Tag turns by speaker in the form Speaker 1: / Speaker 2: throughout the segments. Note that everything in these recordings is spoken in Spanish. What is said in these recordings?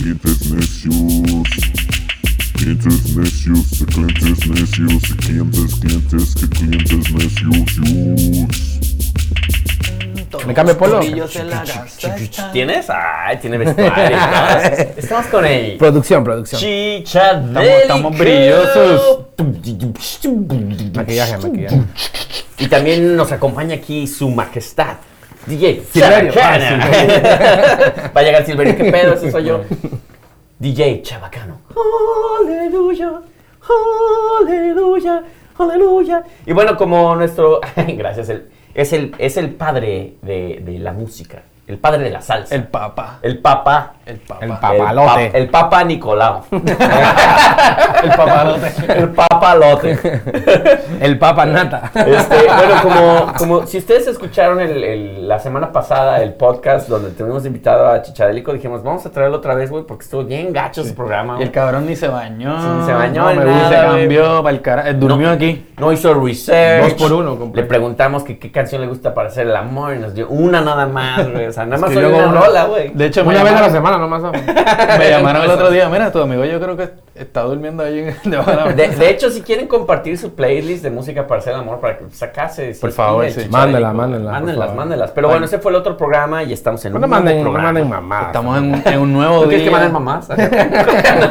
Speaker 1: clientes necios. Clientes necios, de clientes necios, de clientes, clientes, de clientes necios.
Speaker 2: ¿Me cambio polo?
Speaker 3: ¿Tienes? Ay, tiene vestuario. ¿no? Estamos con el
Speaker 2: Producción, producción.
Speaker 3: chicha
Speaker 2: Estamos- estamos brillosos.
Speaker 3: Maquillaje,
Speaker 2: Maquillaje, maquillaje.
Speaker 3: Y también nos acompaña aquí su majestad. DJ
Speaker 2: Silverio.
Speaker 3: Chabacana.
Speaker 2: Ah,
Speaker 3: Va a llegar Silverio, ¿qué pedo? Eso soy yo. DJ Chabacano. Aleluya, aleluya, aleluya. Y bueno, como nuestro... Gracias, el- es, el, es el padre de, de la música, el padre de la salsa.
Speaker 4: El papa.
Speaker 3: El papá.
Speaker 4: El papa.
Speaker 2: El papalote.
Speaker 3: El, pa- el papa Nicolau.
Speaker 4: El papalote.
Speaker 3: El papalote.
Speaker 2: El Papa Nata.
Speaker 3: Este, bueno, como, como si ustedes escucharon el- el- la semana pasada el podcast donde tuvimos invitado a Chichadélico, dijimos, vamos a traerlo otra vez, güey, porque estuvo bien gacho su programa.
Speaker 4: Y el
Speaker 3: güey.
Speaker 4: cabrón ni se bañó.
Speaker 3: Sí, ni se bañó
Speaker 4: No,
Speaker 3: en
Speaker 4: me
Speaker 3: nada,
Speaker 4: se
Speaker 3: güey.
Speaker 4: cambió para el cara. eh, durmió
Speaker 3: No.
Speaker 4: aquí.
Speaker 3: No hizo research.
Speaker 2: Dos por uno, compadre.
Speaker 3: Le preguntamos que qué canción le gusta para hacer el amor y nos dio una nada más, güey. O sea, nada más
Speaker 4: que
Speaker 3: solo
Speaker 4: luego
Speaker 3: una
Speaker 4: uno-
Speaker 3: rola, güey.
Speaker 4: De hecho, me
Speaker 2: Una vez a la
Speaker 4: llamaron,
Speaker 2: semana nomás.
Speaker 4: me llamaron el otro día. Mira, tu amigo yo creo que está durmiendo ahí en- debajo de la
Speaker 3: De,
Speaker 4: mesa.
Speaker 3: de hecho, si quieren compartir su playlist de música para hacer el amor, para que sacase.
Speaker 4: Por favor, sí.
Speaker 2: Mándela, mándela, por
Speaker 3: Mándenlas,
Speaker 2: favor.
Speaker 3: mándenlas. Pero bueno, ese fue el otro programa y estamos en
Speaker 2: No
Speaker 3: un
Speaker 2: no
Speaker 3: nuevo
Speaker 2: manden, no
Speaker 3: programa.
Speaker 2: manden mamadas.
Speaker 4: Estamos en, un- en un nuevo
Speaker 3: ¿Tú
Speaker 4: día.
Speaker 3: quieres que manden mamás?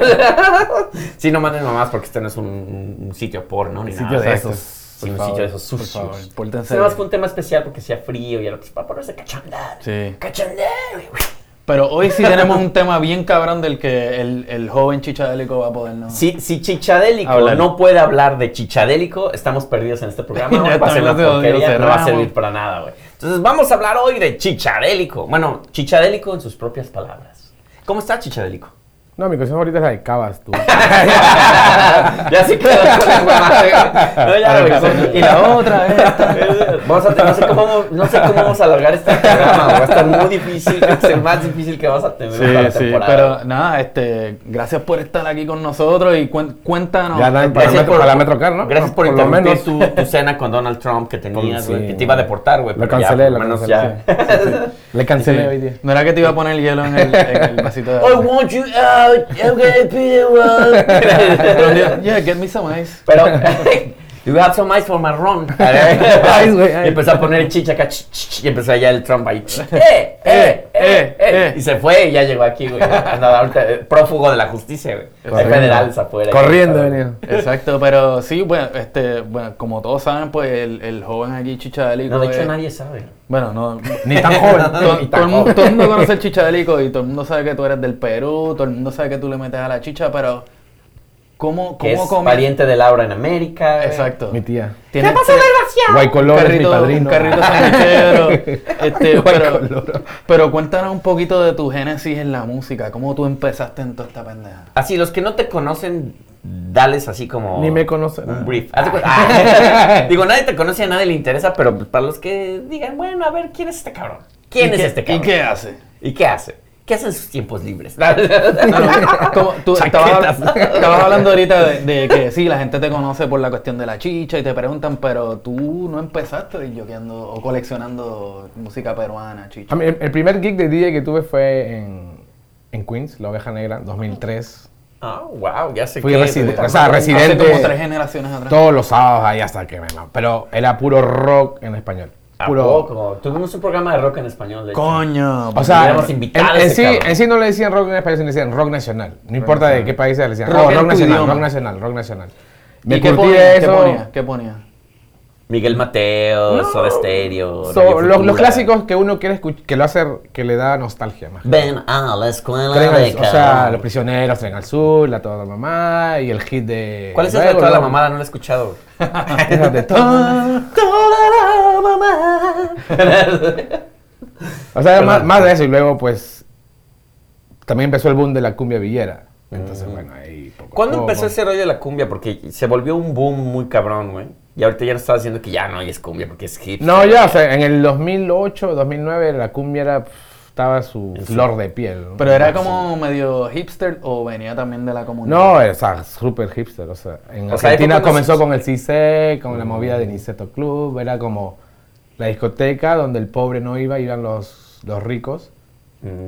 Speaker 3: sí, no manden mamás porque este no es un, un sitio porno ni
Speaker 2: Sitio
Speaker 3: nada.
Speaker 2: de
Speaker 3: Exacto.
Speaker 2: esos,
Speaker 3: Sí, un sitio de esos
Speaker 4: Por favor,
Speaker 3: sucios.
Speaker 4: pórtense
Speaker 3: Ese nada más
Speaker 4: bien.
Speaker 3: fue un tema especial porque hacía frío y era pues, para ponerse cachondar.
Speaker 4: Sí.
Speaker 3: Cachondar. güey.
Speaker 4: Pero hoy sí tenemos un tema bien cabrón del que el, el joven chichadélico va a poder no.
Speaker 3: Si, si Chichadélico
Speaker 4: Hablar.
Speaker 3: no puede hablar de Chichadélico, estamos perdidos en este programa. güey.
Speaker 4: Ya
Speaker 3: Va a ser una
Speaker 4: estamos de odio,
Speaker 3: porquería, no va a
Speaker 4: cerramos.
Speaker 3: servir para nada, güey. Entonces vamos a hablar hoy de Chichadélico. Bueno, Chichadélico en sus propias palabras. ¿Cómo está Chichadélico?
Speaker 2: No, mi canción favorita es la de Cabas, tú.
Speaker 3: ya se quedó con el mamá, güey. No, ya
Speaker 4: Ahí
Speaker 3: lo
Speaker 4: está.
Speaker 3: regresó.
Speaker 4: Y la otra,
Speaker 3: eh. Vamos a, no, sé cómo, vamos- no sé cómo vamos a alargar este programa. güey. Va a estar muy difícil. creo que Es el más difícil que vas a tener para la
Speaker 4: Sí, sí,
Speaker 3: temporada.
Speaker 4: pero nada, este, gracias por estar aquí con nosotros y cuen- cuéntanos.
Speaker 2: Ya, Dan, para
Speaker 3: Gracias
Speaker 2: Metro- para la Metrocar, ¿no?
Speaker 3: Gracias por,
Speaker 2: Por lo
Speaker 3: interrumpir
Speaker 2: menos.
Speaker 3: tu, tu cena con Donald Trump que tenías,
Speaker 2: Por-
Speaker 3: güey,
Speaker 2: sí.
Speaker 3: que te iba a deportar, güey.
Speaker 2: Lo
Speaker 3: pero ya,
Speaker 2: cancelé,
Speaker 3: por
Speaker 2: lo
Speaker 3: menos
Speaker 2: cancelé,
Speaker 3: ya.
Speaker 2: Le
Speaker 4: Sí.
Speaker 2: cancelé hoy día.
Speaker 4: No era que te iba a poner hielo en el, en el vasito de
Speaker 3: I
Speaker 4: agua.
Speaker 3: want you out, I'm gonna be the
Speaker 4: Pero un día,
Speaker 3: one.
Speaker 4: yeah, get me some ice.
Speaker 3: Pero, do you have some ice for my rum?
Speaker 2: Ice, güey, ice.
Speaker 3: Y empezó a poner el chicha acá, ch, ch, ch, y empezó allá el Trump ahí, ch, eh, eh, eh, eh. Y se fue y ya llegó aquí, güey. Andaba ahorita eh, prófugo de la justicia, güey. El
Speaker 2: Corriendo.
Speaker 3: federal se afuera.
Speaker 2: Corriendo,
Speaker 3: Pero-
Speaker 2: venía.
Speaker 4: Exacto, pero sí, bueno, este, bueno, como todos saben, pues el, el joven aquí chichadélico
Speaker 3: No, de hecho
Speaker 4: es-
Speaker 3: nadie sabe.
Speaker 4: Bueno, no.
Speaker 2: Ni tan joven.
Speaker 4: Todo,
Speaker 2: ni
Speaker 4: todo el
Speaker 2: tan
Speaker 4: mundo,
Speaker 2: joven.
Speaker 4: todo el mundo conoce el chichadélico y todo el mundo sabe que tú eres del Perú, todo el mundo sabe que tú le metes a la chicha, pero ¿cómo,
Speaker 3: Que es
Speaker 4: cómo comes?
Speaker 3: pariente de Laura en América. güey.
Speaker 4: Exacto.
Speaker 2: Mi tía.
Speaker 4: Tienes tres-
Speaker 3: desgraciado?
Speaker 2: Guaycolor es mi
Speaker 4: carrito,
Speaker 2: padrino.
Speaker 4: un carrito sandwichero. este, pero,
Speaker 2: Guaycolor.
Speaker 4: pero cuéntanos un poquito de tu génesis en la música. ¿Cómo tú empezaste en toda esta pendeja?
Speaker 3: Así, los que no te conocen, dales así como.
Speaker 2: Ni me conocen.
Speaker 3: Un brief. Haz de cuenta- Ah. digo, nadie te conoce, a nadie le interesa, pero para los que digan, bueno, a ver, ¿quién es este cabrón? ¿Quién
Speaker 4: ¿Y
Speaker 3: es
Speaker 4: qué-
Speaker 3: este cabrón?
Speaker 4: ¿Y qué hace?
Speaker 3: ¿Y qué hace? ¿Qué hace en sus tiempos libres?
Speaker 4: Como tú estabas,
Speaker 3: Chaquetas.
Speaker 4: estabas hablando ahorita de, de que sí, la gente te conoce por la cuestión de la chicha y te preguntan, pero tú no empezaste yoqueando o coleccionando música peruana,
Speaker 2: A
Speaker 4: chicha.
Speaker 2: mí, el, el primer gig de DJ que tuve fue en, en Queens, La Oveja Negra, 2003.
Speaker 3: Ah, wow, ya sé
Speaker 2: Fui
Speaker 3: qué,
Speaker 2: residente,
Speaker 3: güey.
Speaker 2: o sea,
Speaker 4: Hace como tres
Speaker 2: residente
Speaker 4: generaciones atrás.
Speaker 2: todos los sábados ahí hasta que me ma- Pero era puro rock en español.
Speaker 3: ¿A
Speaker 2: Puro.
Speaker 3: poco? Tuvimos un programa de rock en español. de hecho.
Speaker 4: Coño.
Speaker 2: O sea,
Speaker 3: Deberíamos
Speaker 2: en,
Speaker 3: invitar a
Speaker 2: en
Speaker 3: ese
Speaker 2: sí,
Speaker 3: cabrón.
Speaker 2: en sí no le decían rock en español, sino le decían rock nacional. No importa de qué país sea, le decían "Oh,
Speaker 4: Rock
Speaker 2: rock,
Speaker 4: en
Speaker 2: rock
Speaker 4: tu
Speaker 2: nacional,
Speaker 4: idioma.
Speaker 2: rock nacional, rock nacional.
Speaker 4: ¿Y
Speaker 2: Me
Speaker 4: qué
Speaker 2: curtí
Speaker 4: ponía?
Speaker 2: de
Speaker 4: ¿Qué
Speaker 2: eso.
Speaker 4: ponía? ¿Qué ponía?
Speaker 3: Miguel Mateo, Soda Stereo.
Speaker 2: So,
Speaker 3: Radio
Speaker 2: los, los
Speaker 3: Futura.
Speaker 2: clásicos que uno quiere escuchar, que lo hace, que le da nostalgia más.
Speaker 3: Ven a la escuela
Speaker 2: Tren
Speaker 3: de
Speaker 2: al- o sea,
Speaker 3: cabrón.
Speaker 2: los prisioneros, Tren al Sur, La Toda la Mamá y el hit de...
Speaker 3: ¿Cuál es esa de
Speaker 2: Eh, Luego,
Speaker 3: toda la
Speaker 2: luego-
Speaker 3: mamada? No la he escuchado.
Speaker 2: Esa de toda-
Speaker 3: Toda la mamá.
Speaker 2: O sea, era más,
Speaker 3: Perdón.
Speaker 2: más de eso y luego pues también empezó el boom de la cumbia villera. Entonces, bueno, ahí poco a
Speaker 3: Mm. ¿Cuándo
Speaker 2: poco.
Speaker 3: empezó ese rollo de la cumbia? Porque se volvió un boom muy cabrón, güey. Y ahorita ya nos estás diciendo que ya no, ya es cumbia porque es hip.
Speaker 2: No, ya, o sea, en el 2008, 2009 la cumbia era, pff, estaba su
Speaker 3: En su-
Speaker 2: flor de piel. ¿no?
Speaker 4: ¿Pero era como medio hipster o venía también de la comunidad?
Speaker 2: No, o sea, super hipster, o sea, en
Speaker 3: O sea,
Speaker 2: Argentina
Speaker 3: ahí fue cuando
Speaker 2: comenzó
Speaker 3: se-
Speaker 2: con el CICE, E, con la movida de Niceto Club, era como la discoteca donde el pobre no iba, iban los, los ricos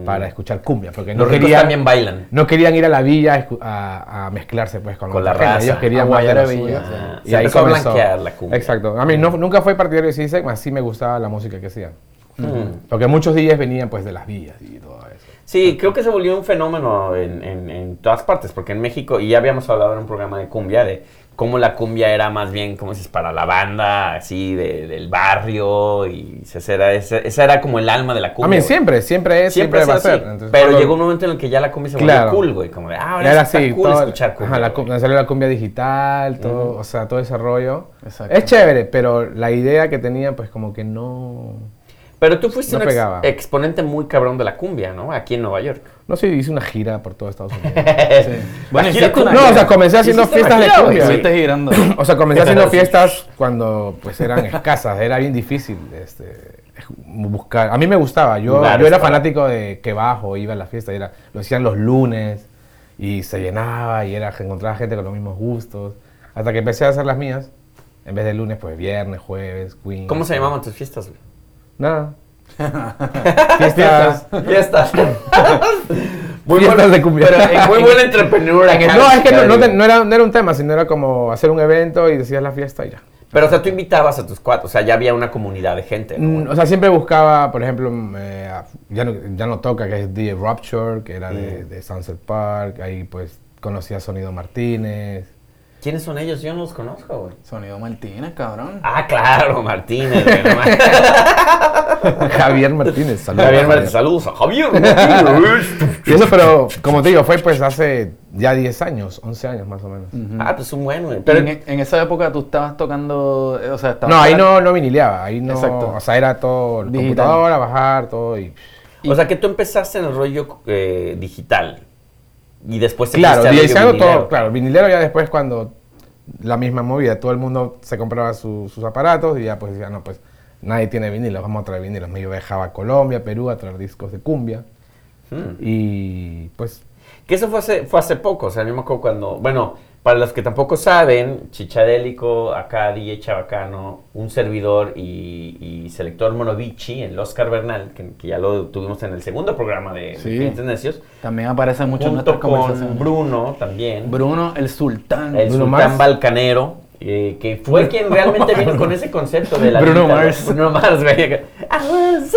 Speaker 2: para escuchar cumbia, porque no
Speaker 3: Mm. Los ricos
Speaker 2: querían,
Speaker 3: también bailan.
Speaker 2: no querían ir a la villa a escu- a, a mezclarse pues con,
Speaker 3: Con
Speaker 2: la
Speaker 3: la
Speaker 2: otra gente.
Speaker 3: raza.
Speaker 2: Ellos querían
Speaker 4: A guayar
Speaker 2: guayar
Speaker 4: a
Speaker 2: suya.
Speaker 4: villa.
Speaker 3: Ah, se empezó a blanquear la cumbia.
Speaker 2: Exacto. A mí no- nunca fue partidario de CISEC, E, más sí me gustaba la música que hacían.
Speaker 3: Mm.
Speaker 2: Porque muchos DJs venían pues de las villas y todo eso.
Speaker 3: Sí, creo que se volvió un fenómeno en, en- en todas partes, porque en México, y ya habíamos hablado en un programa de cumbia, de cómo la cumbia era más bien, como dices, para la banda, así, de- del barrio, y esa era, esa, esa era como el alma de la
Speaker 2: A
Speaker 3: cumbia.
Speaker 2: mí
Speaker 3: güey.
Speaker 2: siempre, siempre es, siempre,
Speaker 3: Siempre,
Speaker 2: va a
Speaker 3: ha sido
Speaker 2: ser.
Speaker 3: así,
Speaker 2: Entonces,
Speaker 3: pero
Speaker 2: cuando-
Speaker 3: llegó un momento en el que ya la cumbia se
Speaker 2: Claro.
Speaker 3: volvió cool, güey, como de, ah,
Speaker 2: Ya
Speaker 3: ahora
Speaker 2: era
Speaker 3: está
Speaker 2: así,
Speaker 3: cool
Speaker 2: todo-
Speaker 3: escuchar cumbia.
Speaker 2: ajá, la
Speaker 3: güey.
Speaker 2: cumbia, salió la cumbia digital, todo, o sea, todo ese rollo.
Speaker 4: Exacto.
Speaker 2: Es chévere, pero la idea que tenían pues como que no...
Speaker 3: Pero tú fuiste
Speaker 2: No
Speaker 3: un ex-
Speaker 2: pegaba.
Speaker 3: exponente muy cabrón de la cumbia, ¿no? Aquí en Nueva York.
Speaker 2: No sé, hice una gira por todo Estados Unidos.
Speaker 4: Bueno,
Speaker 3: La
Speaker 4: hiciste
Speaker 3: gira cumbia.
Speaker 2: No, o sea, comencé haciendo
Speaker 3: Hiciste una
Speaker 2: fiestas de
Speaker 3: gira, güey.
Speaker 2: cumbia.
Speaker 4: Estuviste girando.
Speaker 2: O sea, comencé haciendo
Speaker 3: Sí.
Speaker 2: fiestas cuando pues eran escasas, era bien difícil este, buscar. A mí me gustaba, yo,
Speaker 3: Lugares
Speaker 2: yo era
Speaker 3: para-
Speaker 2: fanático de que bajo, iba a las fiestas, era, lo hacían los lunes y se llenaba y era encontraba gente con los mismos gustos. Hasta que empecé a hacer las mías, en vez de lunes, pues viernes, jueves, queen.
Speaker 3: ¿Cómo se llamaban tus fiestas, güey?
Speaker 2: Nada. fiestas.
Speaker 3: Ya está. muy
Speaker 2: Fiestas
Speaker 3: buena-
Speaker 2: de cumbia.
Speaker 3: Pero eh, muy buen entrepreneur. acá,
Speaker 2: No, es que no, no te-
Speaker 3: cabrón.
Speaker 2: no era, no era un tema, sino era como hacer un evento y decías la fiesta y ya.
Speaker 3: Pero, o sea, tú invitabas a tus cuatro. O sea, ya había una comunidad de gente. ¿no?
Speaker 2: Mm, O sea, siempre buscaba, por ejemplo, mm, eh, a- ya, no, ya no toca, que es DJ Rupture, que era de,
Speaker 3: Mm.
Speaker 2: de Sunset Park, ahí pues conocí a Sonido Martínez.
Speaker 3: ¿Quiénes son ellos? Yo no los conozco, güey.
Speaker 4: Sonido Martínez, cabrón.
Speaker 3: Ah, claro, Martínez. güey, no mames.
Speaker 2: Javier Martínez, saludos.
Speaker 3: Javier Martínez, saludos a Javier Martínez.
Speaker 2: Y eso, pero como te digo, fue pues hace ya 10 años, 11 años más o menos.
Speaker 3: ah, pues un buen, güey.
Speaker 4: Pero
Speaker 3: Pero,
Speaker 4: en, en esa época tú estabas tocando, eh, o sea, estabas
Speaker 2: No, ahí no, no vinileaba, ahí no,
Speaker 4: Exacto.
Speaker 2: o sea, era todo, la
Speaker 4: Digital.
Speaker 2: computadora, bajar, todo y...
Speaker 3: o sea, que tú empezaste en el rollo eh, digital. Y después te
Speaker 2: Claro,
Speaker 3: fuiste al rollo
Speaker 2: vinilero todo,
Speaker 3: vinilero.
Speaker 2: claro, vinilero ya después cuando la misma movida, todo el mundo se compraba su- sus aparatos y ya pues decía, no, pues nadie tiene vinilos, vamos a traer vinilos. Me yo viajaba a Colombia, Perú a traer discos de cumbia
Speaker 3: Mm.
Speaker 2: y pues
Speaker 3: Que eso fue hace, fue hace poco, o sea, yo me acuerdo cuando, bueno, para los que tampoco saben, Chichadélico, acá DJ Chabacano, un servidor y, y selector Monovici, el Oscar Bernal, que, que ya lo tuvimos en el segundo programa de
Speaker 4: Sí.
Speaker 3: Clientes Necios,
Speaker 4: También aparece mucho en nuestras
Speaker 3: junto con
Speaker 4: conversaciones.
Speaker 3: Bruno también,
Speaker 4: Bruno el Sultán.
Speaker 3: el
Speaker 2: Bruno
Speaker 3: sultán
Speaker 2: Mars.
Speaker 3: balcanero, eh, que fue quien realmente vino con ese concepto de la
Speaker 4: Bruno
Speaker 3: digital-
Speaker 4: Mars.
Speaker 3: Bruno Mars, güey. I was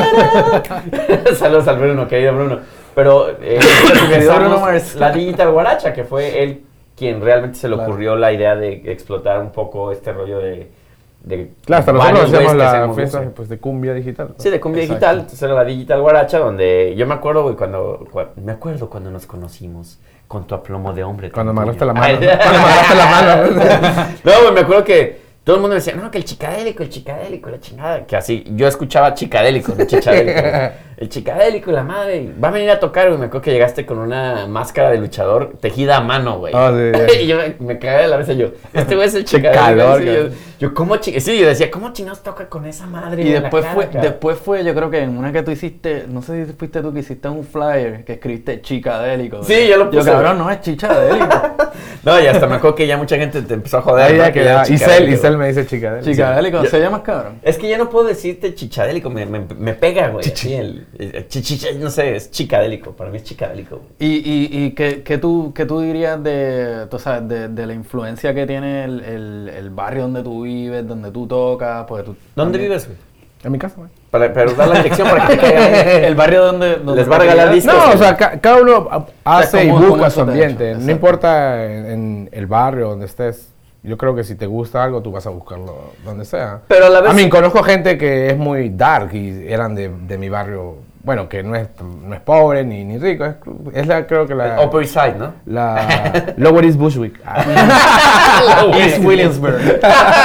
Speaker 3: out. Saludos al Bruno, querido Bruno. Pero eh,
Speaker 4: Querido Bruno
Speaker 3: usamos
Speaker 4: Mars.
Speaker 3: la digital guaracha, que fue él quien realmente se le
Speaker 4: Claro.
Speaker 3: ocurrió la idea de explotar un poco este rollo de... de
Speaker 2: claro, hasta
Speaker 3: varios
Speaker 2: nosotros
Speaker 3: güeyes
Speaker 2: hacíamos
Speaker 3: que
Speaker 2: las
Speaker 3: hacemos
Speaker 2: fiestas
Speaker 3: música.
Speaker 2: pues, de cumbia digital. ¿no?
Speaker 3: Sí, de cumbia
Speaker 4: Exacto.
Speaker 3: digital. Entonces era la digital guaracha donde yo me acuerdo, güey, cuando, cua- me acuerdo cuando nos conocimos con tu aplomo de hombre.
Speaker 2: Cuando me
Speaker 3: Antonio.
Speaker 2: agarraste la mano.
Speaker 3: Ay.
Speaker 2: Cuando me agarraste la mano.
Speaker 3: No, güey, me acuerdo que todo el mundo me decía, no, que el chicadélico, el chicadélico, la chingada. Que así, yo escuchaba chicadélico, no chichadélico. güey. el chicadélico, la madre, y va a venir a tocar, güey. Me acuerdo que llegaste con una máscara de luchador tejida a mano, güey.
Speaker 2: Ah, sí, sí.
Speaker 3: y yo me, me cagaba de la mesa yo, este güey es el
Speaker 2: Qué
Speaker 3: chicadélico.
Speaker 2: calor,
Speaker 3: Sí,
Speaker 2: cabrón.
Speaker 3: yo, yo, ¿cómo chi-?" Sí, yo decía, ¿cómo chingados toca con esa madre?
Speaker 4: Y
Speaker 3: güey, en la
Speaker 4: después
Speaker 3: cara,
Speaker 4: fue,
Speaker 3: cabrón?"
Speaker 4: después fue, yo creo que en una que tú hiciste, no sé si fuiste tú que hiciste un flyer que escribiste chicadélico.
Speaker 3: Sí,
Speaker 4: ¿verdad?
Speaker 3: yo lo puse.
Speaker 4: Yo, cabrón, no es chichadélico.
Speaker 3: No, y hasta me acuerdo que ya mucha gente te empezó a joder.
Speaker 2: Ahí
Speaker 3: ¿no?
Speaker 2: ya
Speaker 3: Que
Speaker 2: quedaba.
Speaker 3: era
Speaker 2: Isel,
Speaker 3: chicadélico.
Speaker 2: Isel me dice chica.
Speaker 4: chicadélico,
Speaker 3: Yo-
Speaker 4: se llama cabrón.
Speaker 3: Es que ya no puedo decirte chichadélico, me, me, me pega, güey. así el- el chichicha, no sé, es chicadélico, para mí es chicadélico. güey.
Speaker 4: ¿Y, y, y qué, qué tú, qué tú dirías de, tú sabes, de, de la influencia que tiene el, el- el barrio donde tú vives, donde tú tocas? pues, Porque tú
Speaker 3: ¿Dónde
Speaker 4: también-
Speaker 3: vives, güey?
Speaker 2: En mi casa, güey.
Speaker 3: Para, para dar la dirección para que te caiga.
Speaker 4: El barrio donde... donde
Speaker 3: Les va a regalar
Speaker 4: vives.
Speaker 3: discos.
Speaker 2: No, o sea, ca- cada uno a- hace
Speaker 4: como-
Speaker 2: y
Speaker 4: como
Speaker 2: busca
Speaker 4: eso
Speaker 2: su
Speaker 4: te ha
Speaker 2: ambiente.
Speaker 4: hecho,
Speaker 2: no
Speaker 4: exacto.
Speaker 2: importa en, en el barrio donde estés. Yo creo que si te gusta algo, tú vas a buscarlo donde sea.
Speaker 3: Pero a la vez-
Speaker 2: A mí, conozco gente que es muy dark y eran de, de mi barrio. Bueno, que no es, no es pobre ni, ni rico. Es, es la, creo que la.
Speaker 3: Upper East Side, ¿no?
Speaker 2: la Lower East Bushwick. Ah,
Speaker 4: East Williamsburg.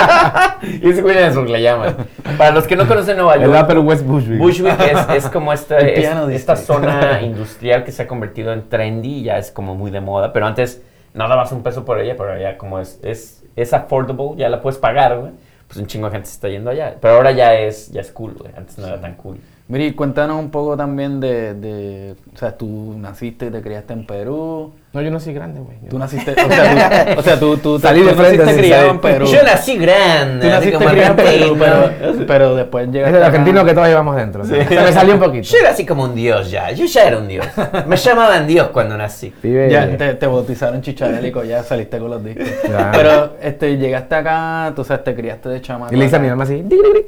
Speaker 3: East Williamsburg le llaman. Para los que no conocen Nueva
Speaker 2: el
Speaker 3: York,
Speaker 2: Upper West Bushwick.
Speaker 3: Bushwick es, es como esta,
Speaker 4: El
Speaker 3: es-
Speaker 4: piano
Speaker 3: esta
Speaker 2: este.
Speaker 4: district.
Speaker 3: zona industrial que se ha convertido en trendy, ya es como muy de moda, pero antes no dabas un peso por ella, pero ya como es, es, es affordable, ya la puedes pagar, güey. Pues un chingo de gente se está yendo allá. Pero ahora ya es, ya es cool, güey. Antes no era tan cool.
Speaker 4: Miri, cuéntanos un poco también de, de- O sea, tú naciste y te criaste en Perú.
Speaker 2: No, yo no soy grande, güey. Yo-
Speaker 4: Tú naciste. O sea, tú, o sea, tú, tú,
Speaker 2: Salí
Speaker 4: tú
Speaker 2: de frente
Speaker 4: naciste
Speaker 2: sin
Speaker 4: criado
Speaker 2: saber.
Speaker 4: en Perú.
Speaker 3: pues. Yo nací grande,
Speaker 4: Tú
Speaker 3: así
Speaker 4: naciste
Speaker 3: como
Speaker 4: criado en Perú,
Speaker 3: argentino.
Speaker 4: pero, pero después llegaste.
Speaker 2: Es el
Speaker 4: acá.
Speaker 2: argentino que todos llevamos dentro.
Speaker 3: Sí.
Speaker 2: Se me salió un poquito.
Speaker 3: Yo era así como un dios ya, yo ya era un dios. Me llamaban dios cuando nací.
Speaker 2: Pibe.
Speaker 4: Ya te, te bautizaron chicharelico, ya saliste con los discos.
Speaker 2: Claro.
Speaker 4: Pero este, llegaste acá, tú sabes, te criaste de chamaco.
Speaker 2: Y le hice a mi
Speaker 4: acá.
Speaker 2: mamá así. "Digri, digri".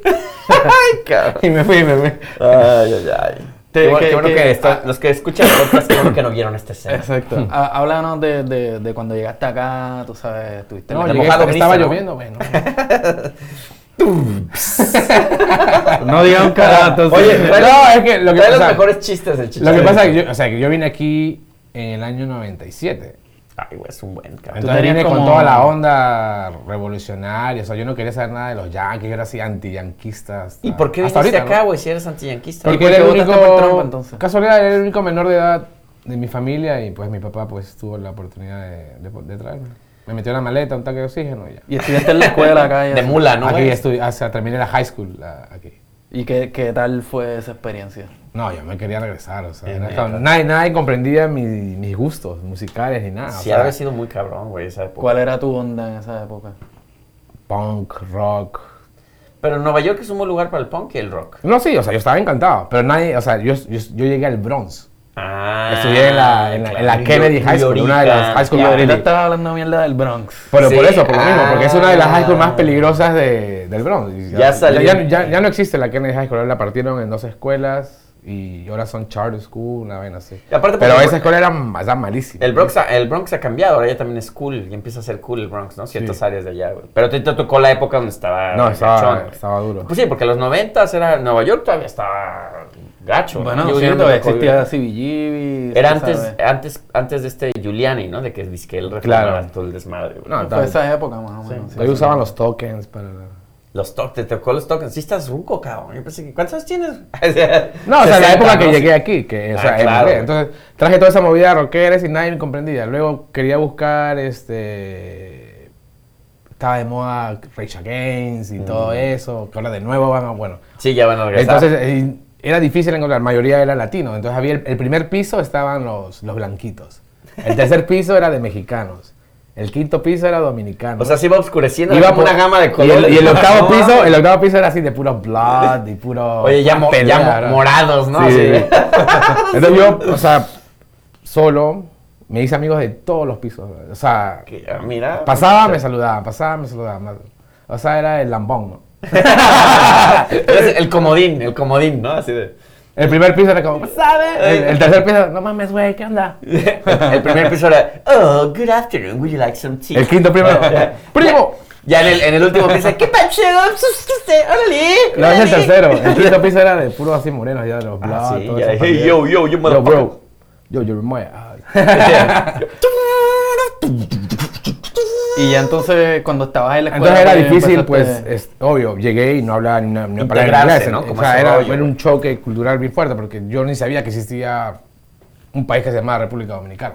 Speaker 2: y me fui, me fui.
Speaker 3: Ay, ay, ay.
Speaker 4: Te-
Speaker 3: Qué bueno-
Speaker 4: que-
Speaker 3: qué bueno
Speaker 4: que-
Speaker 3: que está- los que escuchan el podcast creo que no vieron esta escena.
Speaker 2: Exacto.
Speaker 4: Ah, Háblanos de, de, de cuando llegaste acá, tú sabes, tuviste
Speaker 2: No,
Speaker 4: la-
Speaker 2: llegué,
Speaker 3: mojado gris,
Speaker 2: estaba
Speaker 3: ¿no?
Speaker 2: lloviendo, güey. no.
Speaker 4: No digas un carajo.
Speaker 2: Oye,
Speaker 4: sí.
Speaker 2: fue- No, es que lo que
Speaker 3: trae los
Speaker 2: pasa-
Speaker 3: mejores chistes del chiste.
Speaker 2: Lo que pasa es que yo, o sea, que yo vine aquí en el año 97.
Speaker 3: Ay, güey, es un buen cabrón.
Speaker 2: Entonces
Speaker 4: tenías
Speaker 2: vine con
Speaker 4: como-
Speaker 2: toda la onda revolucionaria. O sea, yo no quería saber nada de los yanquis. Yo era así anti-yanquista. hasta-
Speaker 3: ¿Y por qué viniste
Speaker 2: hasta ahorita,
Speaker 3: acá,
Speaker 2: ¿no?
Speaker 3: güey, si eres antiyanquista?
Speaker 2: Porque
Speaker 4: por
Speaker 2: era
Speaker 4: qué
Speaker 2: el
Speaker 4: votaste
Speaker 2: único.
Speaker 4: por Trump, entonces?
Speaker 2: Casualidad, era el único menor de edad de mi familia y pues mi papá pues tuvo la oportunidad de, de- de traerme. Me metió en la maleta, un tanque de oxígeno y ya.
Speaker 4: Y estudiaste en la escuela acá. y
Speaker 3: De
Speaker 4: así.
Speaker 3: mula, ¿no?
Speaker 2: aquí
Speaker 3: güey?
Speaker 2: estudié, o sea, terminé la high school la- aquí.
Speaker 4: ¿Y qué, qué tal fue esa experiencia?
Speaker 2: No, yo me quería regresar, o sea,
Speaker 3: Eh,
Speaker 2: era
Speaker 3: neta.
Speaker 2: cabrón. nadie, nadie comprendía mi- mis gustos musicales ni nada. o
Speaker 3: Sí,
Speaker 2: sea,
Speaker 3: haber sido muy cabrón, güey, esa época.
Speaker 4: ¿Cuál era tu onda en esa época?
Speaker 2: Punk, rock.
Speaker 3: Pero Nueva York es un buen lugar para el punk y el rock.
Speaker 2: No, sí, o sea, yo estaba encantado, pero nadie, o sea, yo, yo, yo llegué al Bronx.
Speaker 3: Ah,
Speaker 2: Estudié en la, en la, en la
Speaker 3: claro.
Speaker 2: Kennedy
Speaker 3: Y
Speaker 2: High School,
Speaker 3: ahorita-
Speaker 2: una de las high school
Speaker 4: Ya,
Speaker 2: más
Speaker 4: ahorita
Speaker 2: peli-
Speaker 4: estabas hablando mierda del Bronx.
Speaker 2: Pero por
Speaker 3: Sí,
Speaker 2: eso, por lo mismo, porque es una de las high school más
Speaker 3: ah.
Speaker 2: peligrosas de, del Bronx. Y
Speaker 3: Ya salió.
Speaker 2: Ya, ya- ya no existe la Kennedy High School, ahora la partieron en dos escuelas y ahora son charter school, una vaina así.
Speaker 3: Y aparte,
Speaker 2: Pero
Speaker 3: porque-
Speaker 2: esa escuela era, ma- era malísima.
Speaker 3: El Bronx, ha, el Bronx ha cambiado, ahora ya también es cool, ya empieza a ser cool el Bronx, ¿no? Ciertas
Speaker 2: Sí.
Speaker 3: áreas de allá, güey. Pero te, te tocó la época donde estaba.
Speaker 2: No, estaba,
Speaker 3: gachón.
Speaker 2: estaba duro.
Speaker 3: Pues sí, porque los noventas era. Nueva York todavía estaba gacho. ¿no?
Speaker 4: Bueno,
Speaker 3: Digo, yo
Speaker 4: sí,
Speaker 3: no me
Speaker 4: todavía
Speaker 3: tocó
Speaker 4: existía
Speaker 3: vivir.
Speaker 4: CBGB.
Speaker 3: Era
Speaker 4: se
Speaker 3: antes,
Speaker 4: sabe.
Speaker 3: antes, antes de este Giuliani, ¿no? De que es que él
Speaker 2: Claro.
Speaker 3: reclamaba todo el desmadre, güey.
Speaker 2: No,
Speaker 4: Fue
Speaker 2: estaba-
Speaker 4: esa época más o menos. sí.
Speaker 2: Ahí usaban los tokens para...
Speaker 3: Los tokens, te tocó los tokens. Sí, estás ruco, cabrón. Yo pensé que. ¿Cuántos años tienes?
Speaker 2: No, o sea, la
Speaker 3: 60,
Speaker 2: época que
Speaker 3: ¿no?
Speaker 2: llegué aquí, que, o
Speaker 3: Ah,
Speaker 2: sea,
Speaker 3: claro.
Speaker 2: emigré. entonces traje toda esa movida de rockeres y nadie me comprendía. Luego quería buscar, este, estaba de moda Rage Against y todo eso, que ahora de nuevo van a, bueno.
Speaker 3: Sí, ya van a regresar.
Speaker 2: Entonces eh, era difícil encontrar, la mayoría era latino, entonces había el, el primer piso estaban los, los blanquitos, el tercer piso era de mexicanos, el quinto piso era dominicano.
Speaker 3: o sea, se iba oscureciendo.
Speaker 2: Iba
Speaker 3: Iba
Speaker 2: por-
Speaker 3: una gama de
Speaker 2: y
Speaker 3: colores.
Speaker 2: el, y el octavo
Speaker 3: No.
Speaker 2: piso, el octavo piso era así de puro blood y puro
Speaker 3: Oye, ya, mo-
Speaker 2: pelea,
Speaker 3: ya mo-
Speaker 2: ¿no?
Speaker 3: morados, ¿no?
Speaker 2: Sí.
Speaker 3: Así.
Speaker 2: Entonces yo, o sea, solo me hice amigos de todos los pisos. O sea,
Speaker 3: Que, ah, Mira.
Speaker 2: pasaba, me saludaban, pasaba, me saludaban. O sea, era el lambón, ¿no?
Speaker 3: Es el comodín, el comodín, ¿no? Así de.
Speaker 2: El primer piso era como, ¿sabes? El, el tercer piso, no mames, güey, ¿qué onda?
Speaker 3: El primer piso era, oh, good afternoon, would you like some tea?
Speaker 2: El quinto primero, ¡primo!
Speaker 3: Ya en el, en el último piso, ¿qué pacho? ¡Órale!
Speaker 2: No, es el
Speaker 3: órale".
Speaker 2: tercero. El quinto piso era de puro así morenos, ya de los
Speaker 3: Ah,
Speaker 2: blancos.
Speaker 3: sí,
Speaker 2: todo
Speaker 3: ya,
Speaker 2: eso.
Speaker 3: hey, yo, yo, yo,
Speaker 2: Yo,
Speaker 3: motherfucker.
Speaker 2: bro. Yo, yo, remueve.
Speaker 4: Y ya entonces, cuando estabas en la escuela.
Speaker 2: Entonces era
Speaker 4: pues,
Speaker 2: difícil, pues,
Speaker 4: empezaste-
Speaker 2: es, obvio, llegué y no hablaba ni una, ni una palabra en
Speaker 3: Integrarse,
Speaker 2: inglés.
Speaker 3: ¿no?
Speaker 2: O
Speaker 3: Como
Speaker 2: sea,
Speaker 3: ese
Speaker 2: era,
Speaker 3: rollo.
Speaker 2: era un choque cultural bien fuerte porque yo ni sabía que existía un país que se llamaba República Dominicana.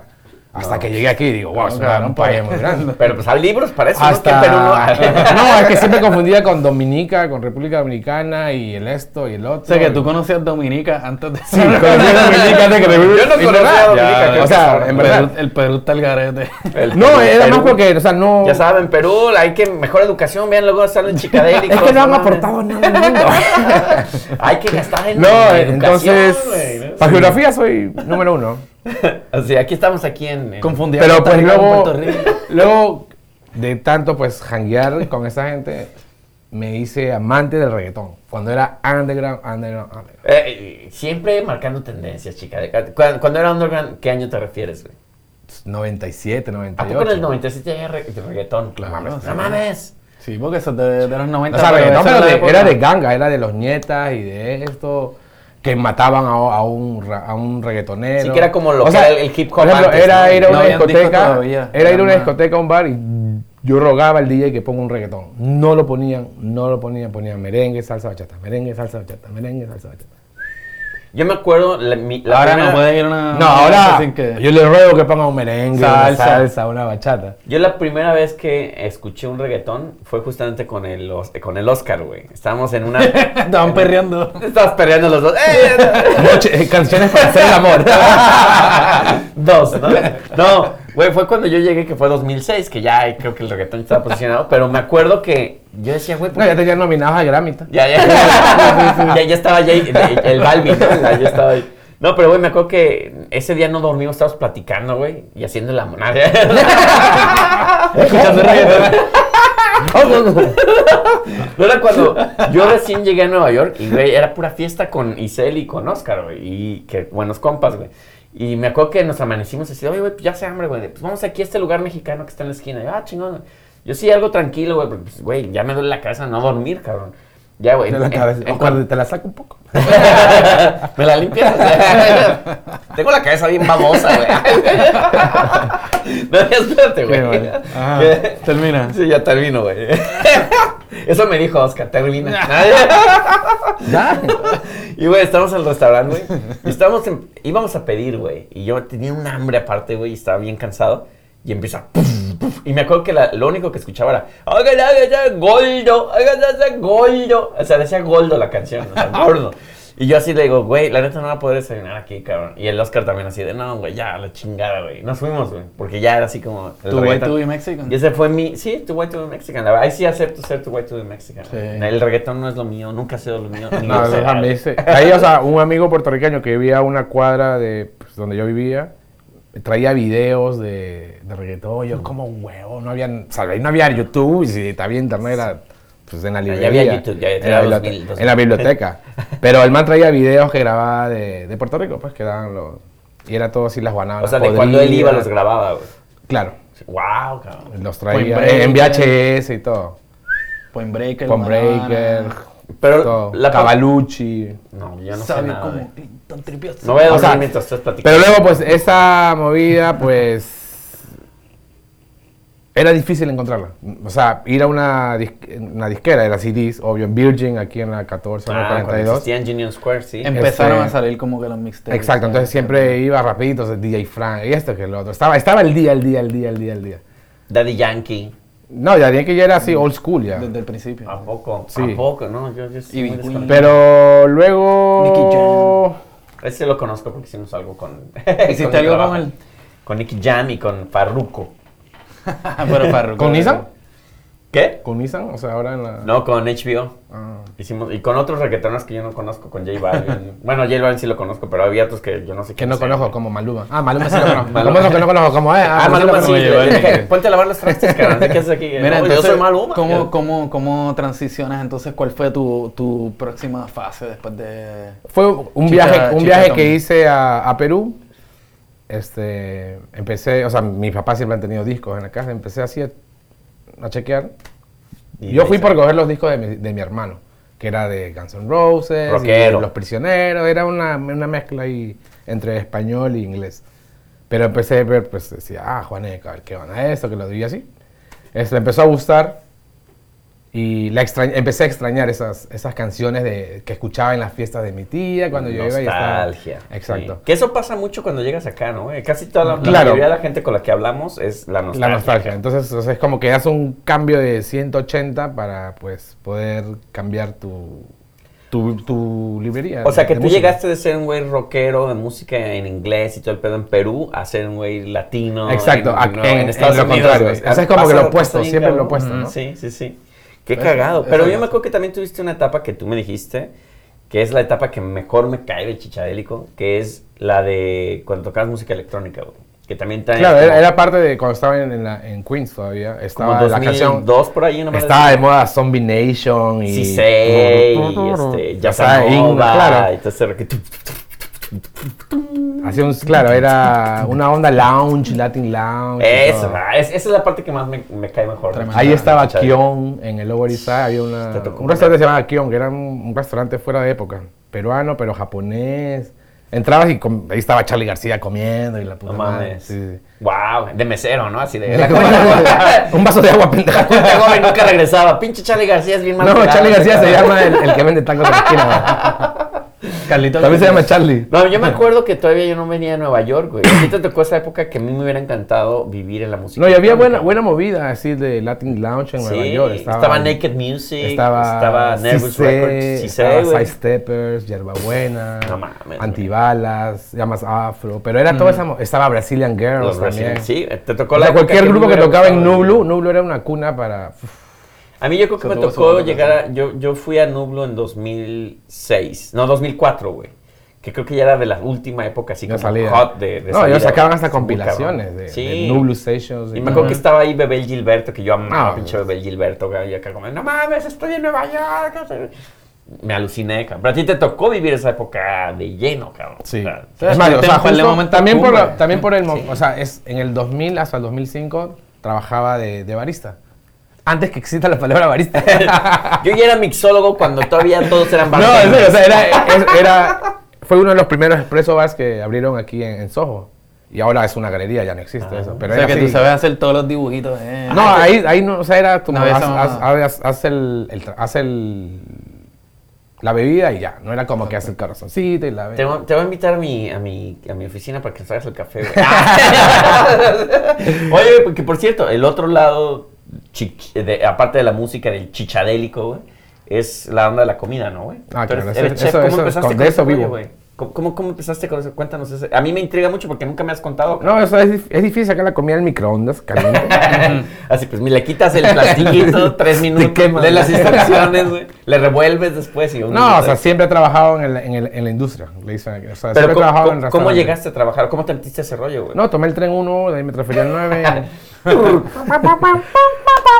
Speaker 2: Hasta que llegué aquí y digo, wow, es una-
Speaker 4: claro,
Speaker 2: un
Speaker 4: pues.
Speaker 2: país muy grande.
Speaker 3: Pero pues hay libros para eso, ¿no?
Speaker 2: Hasta...
Speaker 3: Que en Perú no hay.
Speaker 2: No, es que siempre confundía con Dominica, con República Dominicana y el esto y el otro.
Speaker 4: O sea, que tú conocías Dominica antes de.
Speaker 2: Sí, conocí a Dominica antes que
Speaker 3: Yo no
Speaker 2: y
Speaker 3: conocía a
Speaker 2: ya,
Speaker 3: Dominica, qué
Speaker 2: O sea,
Speaker 3: cabrón.
Speaker 2: en
Speaker 4: Perú-
Speaker 2: verdad.
Speaker 4: el Perú está el garete.
Speaker 3: El-
Speaker 2: No,
Speaker 3: el
Speaker 2: era
Speaker 3: Perú.
Speaker 2: más porque, o sea, no...
Speaker 3: Ya saben, Perú, hay que mejor educación, vean, luego salen chicadélicos.
Speaker 2: Es que no han
Speaker 3: mames.
Speaker 2: aportado nada al mundo.
Speaker 3: Hay que gastar en
Speaker 2: No, eh,
Speaker 3: en educación,
Speaker 2: entonces.
Speaker 3: güey, ¿no?
Speaker 2: Para geografía soy número uno.
Speaker 3: O sea, aquí estamos aquí en... en-
Speaker 4: Confundía
Speaker 2: Pero
Speaker 4: Costa
Speaker 2: pues
Speaker 4: Rica con
Speaker 2: luego.
Speaker 4: Puerto Rico.
Speaker 2: Luego de tanto pues janguear con esa gente, me hice amante del reggaetón. Cuando era underground, underground, underground.
Speaker 3: Eh, eh, siempre marcando tendencias, chica. Cuando, cuando era underground, ¿qué año te refieres, güey?
Speaker 2: 97,
Speaker 3: ¿A
Speaker 2: 98.
Speaker 3: poco en el 97 había re- de reggaetón?
Speaker 2: Claro,
Speaker 3: No mames,
Speaker 2: sí.
Speaker 3: no mames.
Speaker 4: Sí, porque eso es de, de los 90.
Speaker 2: O sea,
Speaker 4: pero
Speaker 2: reggaetón,
Speaker 4: esa la
Speaker 2: pero de-
Speaker 4: época-
Speaker 2: era de ganga, era de los nietas y de esto. Que mataban a, a un, ra- a un reggaetonero.
Speaker 3: Sí, que era como lo que era el- el hip hop
Speaker 2: por ejemplo,
Speaker 3: antes,
Speaker 2: era
Speaker 3: ¿no?
Speaker 2: ir a
Speaker 4: No
Speaker 2: una
Speaker 4: había discos
Speaker 2: discoteca.
Speaker 4: todavía.
Speaker 2: Era ir a una
Speaker 4: Era más-
Speaker 2: discoteca, a un bar, y yo rogaba al DJ que ponga un reggaetón. No lo ponían, no lo ponían. Ponían merengue, salsa, bachata. Merengue, salsa, bachata. Merengue, salsa, bachata.
Speaker 3: Yo me acuerdo la, mi- la
Speaker 4: ahora
Speaker 3: primera-
Speaker 4: no puedes ir a una.
Speaker 2: No, ahora
Speaker 4: Ah, sin que-
Speaker 2: yo le ruego que ponga un merengue, una
Speaker 4: Salsa.
Speaker 2: salsa, una bachata.
Speaker 3: Yo la primera vez que escuché un reggaetón fue justamente con el, os- con el Oscar, güey. Estábamos en una...
Speaker 4: Estaban perreando.
Speaker 3: Estabas peleando los dos. ¡Eh!
Speaker 2: Noche- eh, canciones para hacer el amor.
Speaker 3: Dos, ¿no? No, güey, fue cuando yo llegué, que fue 2006, que ya creo que el reggaetón estaba posicionado, pero me acuerdo que yo decía, güey, ¿por
Speaker 2: no,
Speaker 3: qué
Speaker 2: ya tenían nominados a Grammy. ta.
Speaker 3: Ya, ya, ya, ya estaba ya el, el Balvin, ¿no? Ya, ya estaba ahí. No, pero güey, me acuerdo que ese día no dormimos, estábamos platicando, güey, y haciendo la monada. Escuchando reggaetón. No era cuando yo recién llegué a Nueva York y, güey, era pura fiesta con Isel y con Oscar, güey, y que buenos compas, güey. Y me acuerdo que nos amanecimos así, oye, güey, pues ya se hambre, güey, pues vamos aquí a este lugar mexicano que está en la esquina. Y yo, ah, chingón, güey. Yo sí, algo tranquilo, güey, porque, pues, güey, ya me duele la cabeza no dormir, cabrón. Ya, güey.
Speaker 2: De la
Speaker 3: en-
Speaker 2: cabeza.
Speaker 3: en
Speaker 2: O cuando te la saco un poco.
Speaker 3: me la limpias. Tengo la cabeza bien babosa, güey. no, ya espérate,
Speaker 4: Sí,
Speaker 3: güey.
Speaker 4: vale. Ajá, termina.
Speaker 3: Sí, ya termino, güey. Eso me dijo Oscar, termina.
Speaker 2: Ya.
Speaker 3: y, güey, estamos en el restaurante, güey. Y estábamos en- íbamos a pedir, güey. Y yo tenía un hambre aparte, güey, y estaba bien cansado. Y empieza... puf, puf, y me acuerdo que la- lo único que escuchaba era... "Hágale, hágale, goldo! hágale, goldo! O sea, decía goldo la canción, o sea, gordo. Y yo así le digo, güey, la neta no va a poder desayunar aquí, cabrón. Y el Oscar también así de, no, güey, ya, la chingada, güey. Nos fuimos, güey. Porque ya era así como... el
Speaker 4: Tu güey,
Speaker 3: reggaetón.
Speaker 4: tu y México.
Speaker 3: Y ese fue mi. Sí, tu way to be Mexican. La verdad, ahí sí acepto ser tu way to be Mexican.
Speaker 4: Sí.
Speaker 3: El reggaetón no es lo mío, nunca ha sido lo mío. ni
Speaker 2: No,
Speaker 3: lo será.
Speaker 2: déjame ese. Ahí, o sea, un amigo puertorriqueño que vivía a una cuadra de pues, donde yo vivía, traía videos de, de reggaetón.
Speaker 3: Mm.
Speaker 2: Yo, como huevo, no había, o sea, ahí no había YouTube, y si había internet era pues, en la
Speaker 3: ya
Speaker 2: librería.
Speaker 3: había YouTube, ya- ya
Speaker 2: en, la
Speaker 3: era
Speaker 2: bibliote-
Speaker 3: 2000, 2000.
Speaker 2: en la biblioteca. Pero el man traía videos que grababa de, de Puerto Rico, pues, que daban los... Y era todo así las guanadas.
Speaker 3: O sea, de cuando él iba los
Speaker 2: grababa.
Speaker 3: grababa, güey.
Speaker 2: Claro,
Speaker 3: Wow, cabrón.
Speaker 2: los traía
Speaker 4: Point Break.
Speaker 2: en VHS y todo.
Speaker 4: Point Breaker.
Speaker 2: Con
Speaker 3: ah,
Speaker 4: Banana,
Speaker 2: Breaker,
Speaker 3: Pero
Speaker 2: todo.
Speaker 3: la-
Speaker 2: Cabalucci.
Speaker 3: No, yo no sé
Speaker 4: Sabe
Speaker 3: nada.
Speaker 4: como
Speaker 3: güey.
Speaker 4: Clinton tripioso.
Speaker 3: No voy a
Speaker 2: O
Speaker 3: dormir
Speaker 2: sea,
Speaker 3: mientras estás platicando.
Speaker 2: Pero luego, pues, esa movida, pues. Era difícil encontrarla. O sea, ir a una, dis- una disquera, era CDs, obvio, en Virgin, aquí en la 14, en la
Speaker 3: Ah, cuando
Speaker 2: 42.
Speaker 3: existía en Union Square, sí.
Speaker 4: Empezaron
Speaker 2: Este-
Speaker 4: a salir como que los mixtapes.
Speaker 2: Exacto, entonces siempre iba rapidito, o sea, DJ Frank, y esto que lo otro. Estaba, estaba el día, el día, el día, el día, el día.
Speaker 3: Daddy Yankee.
Speaker 2: No, ya bien que ya era así,
Speaker 3: Mm.
Speaker 2: old school ya.
Speaker 4: Desde el principio.
Speaker 3: ¿A poco?
Speaker 2: Sí.
Speaker 3: ¿A poco? No, yo, yo soy
Speaker 4: Y
Speaker 3: muy
Speaker 4: Queen.
Speaker 3: desconectado.
Speaker 2: Pero luego.
Speaker 3: Ese lo conozco porque hicimos algo con.
Speaker 4: ¿Hiciste
Speaker 3: mi
Speaker 4: algo con
Speaker 3: trabajo.
Speaker 4: él?
Speaker 3: Con Nicky Jam y con Farruko. Ah,
Speaker 4: Pero Farruko-
Speaker 2: ¿Con Nissan?
Speaker 3: ¿Qué?
Speaker 2: ¿Con Nissan? O sea, ahora en la.
Speaker 3: No, con HBO.
Speaker 2: Ah.
Speaker 3: Hicimos, y con otros reggaetoneros que yo no conozco, con J Balvin. bueno, J Balvin sí lo conozco, pero había otros que yo no sé
Speaker 2: Que
Speaker 3: quién
Speaker 2: no
Speaker 3: sea.
Speaker 2: conozco, como Maluma. Ah, Maluma sí lo conozco.
Speaker 3: Maluma.
Speaker 2: Como eso que no conozco, como eh.
Speaker 3: Ah, Maluma sí.
Speaker 2: lo
Speaker 4: J
Speaker 3: le-
Speaker 4: Balvin.
Speaker 3: Ponte a lavar los trastes, carnal. ¿Qué haces aquí?
Speaker 4: Mira,
Speaker 3: No,
Speaker 4: entonces,
Speaker 3: yo soy Maluma.
Speaker 4: ¿cómo,
Speaker 3: Yo-
Speaker 4: cómo, cómo transicionas entonces? ¿Cuál fue tu, tu próxima fase después de...?
Speaker 2: Fue un
Speaker 4: Chicha-
Speaker 2: viaje, un
Speaker 4: chicha
Speaker 2: viaje que
Speaker 4: también.
Speaker 2: hice a, a Perú. Este, empecé, o sea, mis papás siempre han tenido discos en la casa. Empecé así a, a chequear.
Speaker 3: Y
Speaker 2: Yo
Speaker 3: ahí
Speaker 2: fui
Speaker 3: está.
Speaker 2: por coger los discos de mi, de mi hermano, que era de Guns N' Roses, y
Speaker 3: Rockero.
Speaker 2: Los Prisioneros. Era una, una mezcla ahí entre español e inglés. Pero empecé a ver, pues decía, ah, Juaneca, a ver qué van a esto, que lo diría así. Este, me empezó a gustar y la extrañ- empecé a extrañar esas, esas canciones de, que escuchaba en las fiestas de mi tía cuando yo iba y estaba.
Speaker 3: Nostalgia.
Speaker 2: Exacto.
Speaker 3: Sí. Que eso pasa mucho cuando llegas acá, ¿no? Eh, Casi toda la, la
Speaker 2: Claro.
Speaker 3: mayoría de la gente con la que hablamos es la nostalgia.
Speaker 2: La nostalgia. Entonces, o sea, es como que haces un cambio de 180 para pues poder cambiar tu, tu, tu librería.
Speaker 3: O sea,
Speaker 2: de-
Speaker 3: que
Speaker 2: de
Speaker 3: tú
Speaker 2: música.
Speaker 3: llegaste de ser un güey rockero de música en inglés y todo el pedo en Perú a ser un güey latino.
Speaker 2: Exacto, a-
Speaker 3: no,
Speaker 2: en- en lo contrario.
Speaker 3: güey.
Speaker 2: O sea, es como que lo
Speaker 3: Pasa-
Speaker 2: opuesto,
Speaker 3: pasa bien
Speaker 2: siempre lo
Speaker 3: cabrón.
Speaker 2: opuesto, ¿no?
Speaker 3: Sí, sí, sí. Qué
Speaker 4: Eso-
Speaker 3: cagado.
Speaker 4: eso
Speaker 3: Pero yo
Speaker 4: no
Speaker 3: me
Speaker 4: sé.
Speaker 3: acuerdo que también tuviste una etapa que tú me dijiste, que es la etapa que mejor me cae del chichadélico, que es la de cuando tocabas música electrónica, güey. Que también trae.
Speaker 2: Claro, era,
Speaker 3: como-
Speaker 2: era parte de cuando estaba en, en la- en Queens todavía.
Speaker 3: como
Speaker 2: Estaba la canción.
Speaker 3: 2002 por ahí, no me
Speaker 2: Estaba de moda Zombie Nation y.
Speaker 3: Sí, sé, y este, ya sabes,
Speaker 2: claro.
Speaker 3: y todo ese rock-
Speaker 2: Hacía un, claro, era una onda lounge, Latin lounge. y
Speaker 3: Eso,
Speaker 2: todo.
Speaker 3: ah, es- esa es la parte que más me, me cae mejor.
Speaker 4: Tremendo.
Speaker 2: Ahí estaba
Speaker 3: Chale.
Speaker 2: Kion en el Lower East Side. Había una-
Speaker 3: Te tocó
Speaker 2: un restaurante que se llamaba Kion, que era un, un restaurante fuera de época. Peruano, pero japonés. Entrabas y com- ahí estaba Charlie García comiendo y la puta
Speaker 3: No
Speaker 2: madre.
Speaker 3: mames.
Speaker 2: Sí, sí.
Speaker 3: Wow, de mesero, ¿no? Así de. La
Speaker 2: un vaso de agua, pendeja.
Speaker 3: joven nunca regresaba. Pinche Charlie García es bien mal.
Speaker 2: No,
Speaker 3: pegado.
Speaker 2: Charlie García se llama el, el que vende tacos en la esquina.
Speaker 4: Carlito.
Speaker 2: También se llama Charlie.
Speaker 3: No, yo me acuerdo que todavía yo no venía a Nueva York, güey. A ti te tocó esa época que a mí me hubiera encantado vivir en la música.
Speaker 2: No, y había
Speaker 3: electrónica.
Speaker 2: buena, buena movida así de Latin Lounge en Nueva
Speaker 3: Sí,
Speaker 2: York.
Speaker 3: estaba, Naked Music, estaba,
Speaker 2: Estaba,
Speaker 3: Nervous
Speaker 2: Cissé,
Speaker 3: Records, Cissé,
Speaker 2: estaba
Speaker 3: güey.
Speaker 2: Side Steppers, Yerbabuena,
Speaker 3: No mames, güey. Mm.
Speaker 2: Antibalas, Llamas Afro. Pero era toda esa. mo- Estaba Brazilian Girls
Speaker 3: Los
Speaker 2: también.
Speaker 3: brasileños. Sí, te tocó
Speaker 2: O
Speaker 3: la
Speaker 2: sea,
Speaker 3: época
Speaker 2: cualquier
Speaker 3: me
Speaker 2: grupo que
Speaker 3: hubiera
Speaker 2: tocaba en
Speaker 3: gustado
Speaker 2: Nublu,
Speaker 3: vivir.
Speaker 2: Nublu era una cuna para.
Speaker 3: A mí yo creo que
Speaker 4: Se
Speaker 3: me
Speaker 4: tuvo- se
Speaker 3: tocó
Speaker 4: tuvo que
Speaker 3: llegar a... Yo, yo fui a Nublo en 2006, no, 2004, güey. Que creo que ya era de la última época así
Speaker 2: Ya
Speaker 3: como
Speaker 2: salía.
Speaker 3: hot de, de
Speaker 2: no,
Speaker 3: salida,
Speaker 2: ellos sacaban
Speaker 3: güey.
Speaker 2: hasta
Speaker 3: Sí, muy cabrón.
Speaker 2: compilaciones de,
Speaker 3: Sí.
Speaker 2: de Nublu Stations.
Speaker 3: Y me acuerdo que
Speaker 2: Ujú.
Speaker 3: estaba ahí Bebel Gilberto, que yo amaba
Speaker 2: Ah,
Speaker 3: pinche Bebel Gilberto, güey, y acá como, no mames, estoy en Nueva York. no sé". Me aluciné, cabrón. Pero a ti te tocó vivir esa época de lleno, cabrón.
Speaker 2: Sí.
Speaker 3: O sea,
Speaker 2: es más, o
Speaker 4: Este
Speaker 2: sea,
Speaker 4: fue el
Speaker 2: justo
Speaker 4: momento
Speaker 2: también, por,
Speaker 4: cumbre.
Speaker 2: la- también por el... mo- O sea, es, en el 2000 hasta el 2005 trabajaba de, de barista. Antes que exista la palabra barista.
Speaker 3: Yo ya era mixólogo cuando todavía todos eran
Speaker 2: no, en serio,
Speaker 3: bartenders.
Speaker 2: o sea, era, es- era- Fue uno de los primeros expreso bars que abrieron aquí en, en Soho. Y ahora es una galería, ya no existe eso. Pero
Speaker 4: o sea,
Speaker 2: era
Speaker 4: que tú
Speaker 2: así.
Speaker 4: sabes hacer todos los dibujitos. eh.
Speaker 2: No, ahí, ahí no, o sea, era como
Speaker 4: No había
Speaker 2: haz,
Speaker 4: esa
Speaker 2: haz-
Speaker 4: mamada.
Speaker 2: haz- haz el, el tra- haz el- la bebida y ya. No era como que hace el corazoncito y la
Speaker 3: Te,
Speaker 2: bebida.
Speaker 3: voy- te voy a invitar a mi, a mi, a mi oficina para que nos hagas el café, güey. Oye, porque por cierto, el otro lado, chich- de- aparte de la música del chichadélico, güey, es la onda de la comida, ¿no, güey?
Speaker 2: Ah,
Speaker 3: Tú eres-
Speaker 2: claro,
Speaker 3: eres
Speaker 2: eso-
Speaker 3: chef,
Speaker 2: eso-
Speaker 3: ¿cómo
Speaker 2: eso-
Speaker 3: empezaste
Speaker 2: con
Speaker 3: con
Speaker 2: de eso
Speaker 3: ese rollo,
Speaker 2: vivo.
Speaker 3: güey? ¿Cómo, cómo, cómo empezaste con eso? Cuéntanos eso. A mí me intriga mucho porque nunca me has contado.
Speaker 2: No, eso es, dif- es difícil sacar la comida del microondas, caliente.
Speaker 3: Así pues, me le quitas el plastiquito, tres minutos,
Speaker 2: quema.
Speaker 3: lees las instrucciones, güey, le revuelves después y... un
Speaker 2: No, o
Speaker 3: minuto.
Speaker 2: sea, siempre he trabajado en, el- en, el- en la industria. Le dicen aquí. O sea,
Speaker 3: Pero
Speaker 2: siempre he
Speaker 3: ¿cómo,
Speaker 2: trabajado en
Speaker 3: cómo- ¿cómo
Speaker 2: restaurantes.
Speaker 3: llegaste a trabajar? ¿Cómo te metiste a ese rollo, güey?
Speaker 2: No, tomé el tren 1, de ahí me transferí al 9.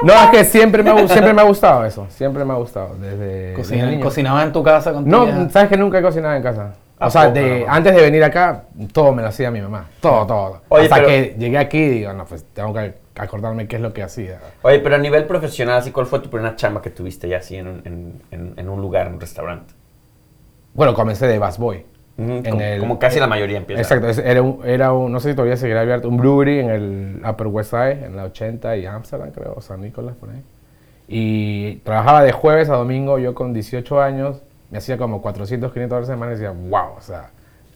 Speaker 2: no, es que siempre me, ha gu- siempre me ha gustado eso. Siempre me ha gustado. Desde,
Speaker 4: Cocina-
Speaker 2: desde niño.
Speaker 4: cocinabas en tu casa con tu
Speaker 2: No,
Speaker 4: vieja.
Speaker 2: sabes que nunca he cocinado en casa.
Speaker 3: ¿A
Speaker 2: O sea,
Speaker 3: poco,
Speaker 2: de-
Speaker 3: no?
Speaker 2: antes de venir acá, todo me lo hacía mi mamá. Todo, todo.
Speaker 3: Oye,
Speaker 2: Hasta
Speaker 3: pero-
Speaker 2: que llegué aquí y digo, no, pues tengo que acordarme qué es lo que hacía.
Speaker 3: Oye, pero a nivel profesional, así, ¿cuál fue tu primera chamba que tuviste ya así en un, en, en- en un lugar, en un restaurante?
Speaker 2: Bueno, comencé de Bass Boy.
Speaker 3: Ujú,
Speaker 2: En
Speaker 3: como,
Speaker 2: el-
Speaker 3: como casi la mayoría empieza.
Speaker 2: Exacto, ese era un, era un- no sé si todavía seguirá abierto, un brewery en el Upper West Side, en la 80 y Amsterdam, creo, o San Nicolás, por ahí. Y trabajaba de jueves a domingo, yo con 18 años, me hacía como 400, 500 dólares a la semana y decía, wow, o sea.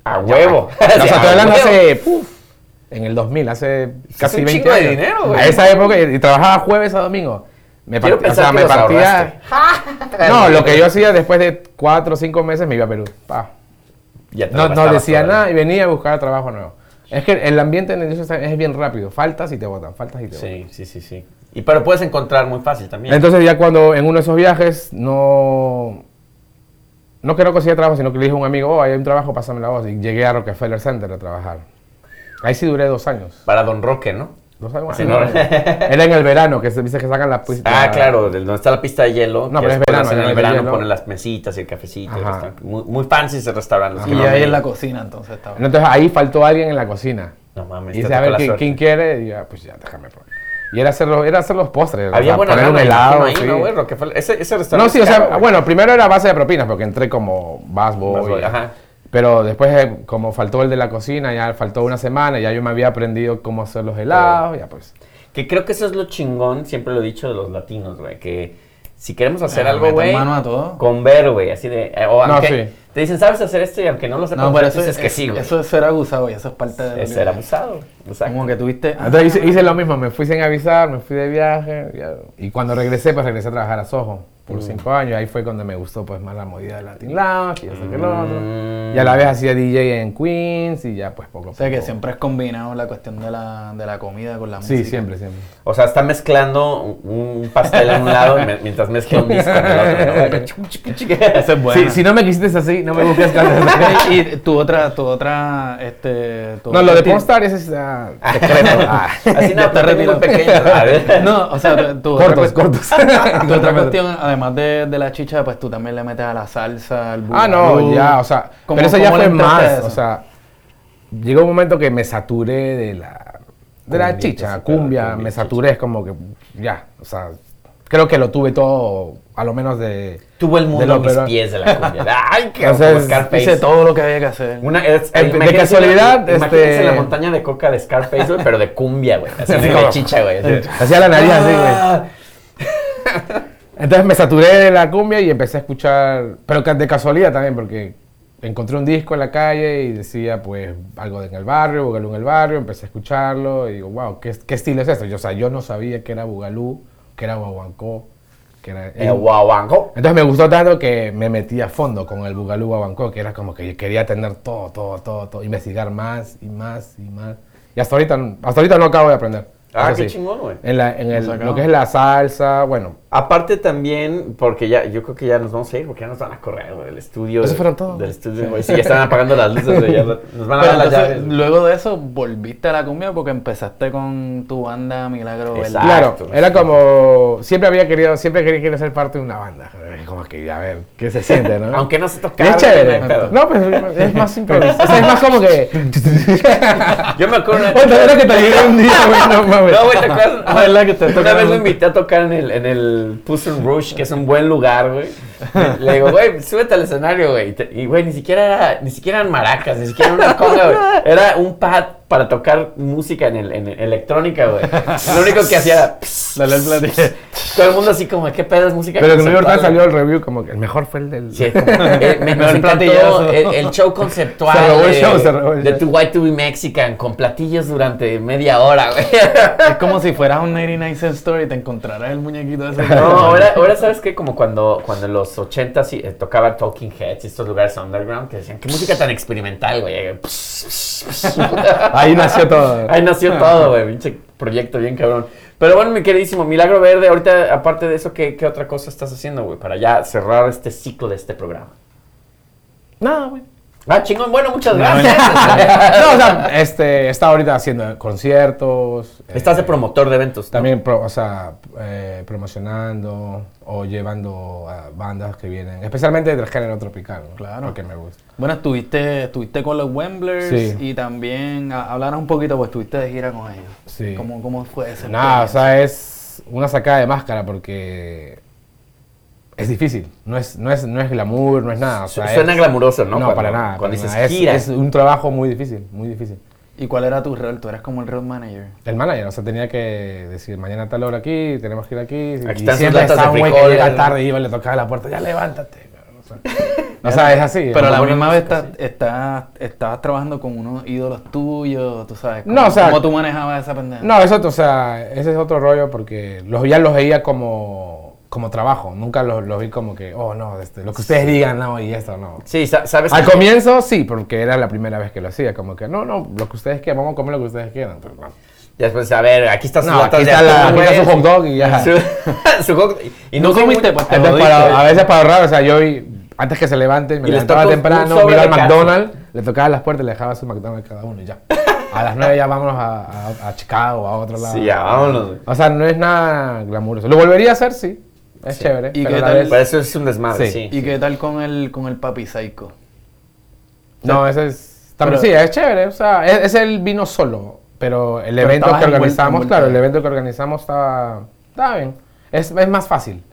Speaker 3: ¡A huevo!
Speaker 2: No, o sea,
Speaker 3: ¡A
Speaker 2: estoy hablando
Speaker 3: huevo!
Speaker 2: hace, puf, en el 2000, hace casi
Speaker 3: un
Speaker 2: 20
Speaker 3: chingo de
Speaker 2: años.
Speaker 3: dinero, güey.
Speaker 2: a esa época, y, y trabajaba jueves a domingo. Me
Speaker 3: Quiero
Speaker 2: partía- o
Speaker 3: pensar
Speaker 2: sea,
Speaker 3: que
Speaker 2: me
Speaker 3: los
Speaker 2: partía. No, lo que yo hacía después de 4 o 5 meses me iba a Perú. Pa.
Speaker 3: Ya te
Speaker 2: No,
Speaker 3: lo
Speaker 2: no
Speaker 3: gastabas
Speaker 2: decía
Speaker 3: todavía.
Speaker 2: nada y venía a buscar trabajo nuevo. Es que el ambiente en el industria está- es bien rápido. Faltas y te botan, faltas y te botan.
Speaker 3: Sí, sí, sí, sí. Y pero puedes encontrar muy fácil también.
Speaker 2: Entonces ya cuando en uno de esos viajes no... No que no conseguía trabajo, sino que le dije a un amigo, oh, ahí hay un trabajo, pásame la voz. Y llegué a Rockefeller Center a trabajar. Ahí sí duré dos años.
Speaker 3: Para Don Roque, ¿no?
Speaker 2: Dos años.
Speaker 3: Sí, ¿no?
Speaker 2: Era en el verano, que se dice que sacan la... pu-
Speaker 3: Ah,
Speaker 2: la-
Speaker 3: claro, del- donde está la pista de hielo.
Speaker 2: No,
Speaker 3: que
Speaker 2: pero es
Speaker 3: después
Speaker 2: verano,
Speaker 3: hacen En
Speaker 2: ya
Speaker 3: el
Speaker 2: es de
Speaker 3: verano
Speaker 2: hielo.
Speaker 3: ponen las mesitas y el cafecito. el
Speaker 2: Ajá.
Speaker 3: restaurante. muy, muy fancy ese restaurante. los
Speaker 4: Y
Speaker 3: que
Speaker 4: ahí en
Speaker 3: no-
Speaker 4: la cocina, entonces estaba.
Speaker 2: Entonces ahí faltó alguien en la cocina.
Speaker 3: No mames,
Speaker 2: Y
Speaker 3: te
Speaker 2: dice, a
Speaker 3: tocó
Speaker 2: ver,
Speaker 3: la
Speaker 2: ¿quién,
Speaker 3: suerte.
Speaker 2: quién quiere? Y yo, "Ah, pues ya, déjame. por-". Y era hacer los, era hacer los postres. o
Speaker 3: Había
Speaker 2: sea,
Speaker 3: buena
Speaker 2: poner un
Speaker 3: lana, me imagino
Speaker 2: helado,
Speaker 3: ahí,
Speaker 2: sí.
Speaker 3: ¿no, güey? Rockefeller. Ese, ese
Speaker 2: No,
Speaker 3: restaurante.
Speaker 2: sí, o
Speaker 3: es
Speaker 2: sea,
Speaker 3: caro, güey.
Speaker 2: bueno, primero era base de propinas porque entré como bass boy.
Speaker 3: Bass boy, ajá.
Speaker 2: Pero después, eh, como faltó el de la cocina, ya faltó una semana, ya yo me había aprendido cómo hacer los helados, ya pues.
Speaker 3: Que creo que eso es lo chingón, siempre lo he dicho de los latinos, güey, que si queremos hacer
Speaker 4: Ah,
Speaker 3: algo,
Speaker 4: meten
Speaker 3: güey,
Speaker 4: mano a todo.
Speaker 3: con ver, güey, así de, eh, o
Speaker 2: No,
Speaker 3: aunque
Speaker 2: sí.
Speaker 3: te dicen, ¿sabes hacer esto? Y aunque no lo sepas,
Speaker 4: No, pero eso
Speaker 3: es que sí, güey.
Speaker 4: Eso es ser abusado y eso es parte de. lo
Speaker 3: Es
Speaker 4: que-
Speaker 3: ser abusado, exacto.
Speaker 4: Como que tuviste. ah,
Speaker 2: Entonces hice, hice lo mismo, me fui sin avisar, me fui de viaje. ya. Y cuando regresé, pues regresé a trabajar a Soho por
Speaker 3: Mm.
Speaker 2: cinco años. Ahí fue cuando me gustó pues más la movida de Latin Lounge y eso que lo otro.
Speaker 3: Mm.
Speaker 2: Y a la vez hacía DJ en Queens y ya pues poco a
Speaker 4: O sea que
Speaker 2: poco.
Speaker 4: siempre has combinado la cuestión de la, de la comida con la música.
Speaker 2: Sí, siempre, siempre.
Speaker 3: O sea, está mezclando un un pastel en un lado y me- mientras mezcla un disco en el otro. ¿no? Güey, chuc, chuc, chuc. Eso es bueno.
Speaker 2: Si, si no me quisiste así, no me busques
Speaker 4: Ok, y tu otra, tu otra, este, tu
Speaker 2: No, lo
Speaker 4: otra-
Speaker 2: de Popstar ese es ah, secreto. Ah.
Speaker 3: Así no,
Speaker 4: Ya está
Speaker 3: pero tengo uno
Speaker 4: retirado.
Speaker 3: pequeño. A ver.
Speaker 4: No, o sea, tu- tu otra
Speaker 2: Cortos,
Speaker 4: cuestión-
Speaker 2: cortos.
Speaker 4: Tu otra cuestión, además de, de la chicha, pues tú también le metes a la salsa, al
Speaker 2: Ah,
Speaker 4: bugalú.
Speaker 2: no, ya, o sea,
Speaker 4: ¿Cómo-
Speaker 2: pero eso ya
Speaker 4: cómo le
Speaker 2: fue
Speaker 4: entraste a
Speaker 2: más,
Speaker 4: eso?
Speaker 2: o sea, llegó un momento que me saturé de la de la
Speaker 3: Cumbia, sí,
Speaker 2: chicha,
Speaker 3: claro,
Speaker 2: cumbia,
Speaker 3: cumbia,
Speaker 2: me
Speaker 3: chicha.
Speaker 2: saturé, es como que ya, o sea, creo que lo tuve todo, a lo menos de
Speaker 3: Tuvo el mundo
Speaker 2: de lo
Speaker 3: a mis
Speaker 2: peor.
Speaker 3: pies de la cumbia. Ay, qué
Speaker 2: Entonces,
Speaker 3: como Scarface.
Speaker 4: Hice todo lo que había que hacer.
Speaker 3: Una, es,
Speaker 2: Eh, de
Speaker 3: imagínense
Speaker 2: casualidad,
Speaker 3: la- imagínense
Speaker 2: este-
Speaker 3: la montaña de coca de Scarface, güey, pero de cumbia, güey. Así de Ah.
Speaker 2: como-
Speaker 3: chicha, güey. Eh, así.
Speaker 2: Hacía la nariz así, güey.
Speaker 3: Ah,
Speaker 2: Entonces me saturé de la cumbia y empecé a escuchar, pero ca- de casualidad también porque encontré un disco en la calle y decía, pues, algo de en el barrio, Bugalú en el barrio, empecé a escucharlo y digo, wow, ¿qué, qué estilo es esto? Yo, o sea, yo no sabía que era Bugalú, que era Guaguancó, que era...
Speaker 3: Eh, guaguancó.
Speaker 2: Entonces me gustó tanto que me metí a fondo con el Bugalú Guaguancó, que era como que yo quería tener todo, todo, todo, todo, investigar más y más y más. Y hasta ahorita, hasta ahorita no acabo de aprender.
Speaker 3: Ah,
Speaker 2: eso
Speaker 3: qué
Speaker 2: sí.
Speaker 3: chingón, güey.
Speaker 2: En, la, en el-
Speaker 4: Nos acabamos.
Speaker 2: lo que es la salsa, bueno,
Speaker 3: Aparte también, porque ya, yo creo que ya nos vamos a ir, porque ya nos van a correr güey, del estudio.
Speaker 2: Eso
Speaker 3: de-
Speaker 2: fueron todos.
Speaker 3: Del estudio, güey. Sí, ya están apagando las luces, güey, ya nos van a
Speaker 4: Pero
Speaker 3: dar las
Speaker 4: entonces,
Speaker 3: llaves.
Speaker 4: luego de eso, volviste a la cumbia porque empezaste con tu banda Milagro Verde.
Speaker 3: Exacto.
Speaker 2: Claro,
Speaker 3: Actos.
Speaker 2: era como. Siempre había querido, siempre quería, quería ser parte de una banda. Es como que, a ver, ¿qué se siente, no?
Speaker 3: Aunque no se tocara.
Speaker 2: Es chévere.
Speaker 3: no hay pedo.
Speaker 2: No, pues es más improvisado. O sea, es más como que.
Speaker 3: Yo me acuerdo. una-
Speaker 2: Otra era que te llegué un día, güey, no mames.
Speaker 3: No, güey, ¿te acuerdas?
Speaker 4: Ah, ¿verdad que te
Speaker 3: Una vez
Speaker 4: tocaron?
Speaker 3: lo invité a tocar en el, en el Puss in Rush, que es un buen lugar, güey. Le- Le digo, güey, súbete al escenario, güey. Y te- Y, güey, ni siquiera era, ni siquiera eran maracas, ni siquiera era una conga, güey. Era un pad para tocar música en, el, en el- electrónica, güey. Lo único que hacía era... pss.
Speaker 4: La ley platica.
Speaker 3: Todo el mundo así como, ¿qué pedo es música?
Speaker 2: Pero en New York Times
Speaker 3: conceptual,
Speaker 2: salió
Speaker 3: güey?"
Speaker 2: el review como que el mejor fue el del.
Speaker 3: Sí, como, eh, me, me
Speaker 4: Mejor
Speaker 3: encantó
Speaker 4: platillazo.
Speaker 3: el, el show conceptual
Speaker 2: Se robó el
Speaker 3: de,
Speaker 2: show, se robó el
Speaker 3: de
Speaker 2: show.
Speaker 3: Too White to Be Mexican con platillos durante media hora, güey.
Speaker 4: Es como si fueras un 99 Cent Story y te encontraras el muñequito ese.
Speaker 3: No, ahora, ahora sabes que como cuando, cuando en los 80 sí, eh, tocaba Talking Heads y estos lugares underground que decían, qué música tan experimental, güey.
Speaker 2: Ahí nació todo.
Speaker 3: Ahí nació todo, güey. Pinche proyecto bien cabrón. Pero bueno, mi queridísimo Milagro Verde, ahorita, aparte de eso, ¿qué, qué otra cosa estás haciendo, güey? Para ya cerrar este ciclo de este programa.
Speaker 2: No, güey.
Speaker 3: Ah, chingón. Bueno, muchas
Speaker 4: No,
Speaker 3: gracias.
Speaker 2: No, o sea, este, está ahorita haciendo conciertos. eh,
Speaker 3: Estás de promotor de eventos. ¿no?
Speaker 2: También, pro- o sea, eh, promocionando o llevando a bandas que vienen, especialmente del género tropical, ¿no?
Speaker 4: Claro.
Speaker 2: Porque me gusta.
Speaker 4: Bueno, estuviste, estuviste con los Wemblers
Speaker 2: Sí.
Speaker 4: y también a- hablaron un poquito, pues estuviste de gira con ellos.
Speaker 2: Sí.
Speaker 4: ¿Cómo, cómo fue ese?
Speaker 2: Nada, o sea, es una sacada de máscara porque es difícil. No es, no es, no es glamour, no es nada. o sea,
Speaker 3: Suena
Speaker 2: es-
Speaker 3: glamuroso, ¿no?
Speaker 2: No,
Speaker 3: Cuando-
Speaker 2: para nada.
Speaker 3: Cuando
Speaker 2: para
Speaker 3: dices
Speaker 2: nada. Es-
Speaker 3: gira.
Speaker 2: Es, un trabajo muy difícil, muy difícil.
Speaker 4: ¿Y cuál era tu rol? Tú eras como el road manager.
Speaker 2: El manager, o sea, tenía que decir, mañana a tal hora aquí, tenemos que ir aquí.
Speaker 3: Aquí
Speaker 2: y
Speaker 3: están sus
Speaker 2: siempre
Speaker 3: latas de
Speaker 2: estaba un güey que
Speaker 3: frijoles,
Speaker 2: llega
Speaker 3: ¿no?
Speaker 2: tarde y iba, le tocaba la puerta, ya levántate. cabrón", O sea, o sea, es así. es
Speaker 4: Pero a
Speaker 2: una
Speaker 4: la
Speaker 2: buena-
Speaker 4: misma vez estás estás- estabas trabajando con unos ídolos tuyos, tú sabes.
Speaker 2: No,
Speaker 4: ¿cómo-
Speaker 2: o sea-
Speaker 4: ¿Cómo tú manejabas esa pendeja?
Speaker 2: No, eso, o sea, ese es otro rollo porque los, ya los veía como, como trabajo. Nunca los, los vi como que, oh, no, este, lo que ustedes digan, no, y esto, no.
Speaker 3: Sí, sa- sabes
Speaker 2: Al
Speaker 3: que-
Speaker 2: comienzo sí, porque era la primera vez que lo hacía, como que no, no, lo que ustedes quieran, vamos a comer lo que ustedes quieran. Pero, no,
Speaker 3: Ya después, a ver, aquí está su
Speaker 2: No,
Speaker 3: lata
Speaker 2: aquí
Speaker 3: de
Speaker 2: está, la, aquí
Speaker 3: atún,
Speaker 2: está su
Speaker 3: güey.
Speaker 2: hot dog y ya.
Speaker 3: Su- su hot- Y
Speaker 4: No comiste,
Speaker 3: muy-
Speaker 4: pues, te
Speaker 2: Entonces,
Speaker 4: jodiste.
Speaker 2: para- a veces para ahorrar, o sea, yo y- antes que se levanten, me
Speaker 3: Y les
Speaker 2: levantaba
Speaker 3: tocó un
Speaker 2: temprano,
Speaker 3: sobre
Speaker 2: me iba al
Speaker 3: de casa.
Speaker 2: McDonald's, le tocaba las puertas y le dejaba su McDonald's cada uno y ya. A las 9 ya vámonos a, a- a Chicago, a otro lado.
Speaker 3: Sí, ya, vámonos. güey.
Speaker 2: O sea, no es nada glamuroso. Lo volvería a hacer, sí. Es chévere.
Speaker 4: ¿Y
Speaker 2: pero
Speaker 4: qué
Speaker 2: a la
Speaker 4: tal?
Speaker 2: vez-
Speaker 3: Pero eso es un desmadre, sí.
Speaker 2: Sí.
Speaker 4: ¿Y qué tal con el, con el papi psycho?
Speaker 2: No, ese es. También,
Speaker 4: Pero-
Speaker 2: sí, es chévere. O sea, e-, es, es el vino solo. Pero el
Speaker 4: Pero
Speaker 2: evento
Speaker 4: estabas
Speaker 2: que
Speaker 4: envuel-
Speaker 2: organizamos,
Speaker 4: envuelto.
Speaker 2: claro, el evento que organizamos estaba, estaba bien. Es, es más fácil.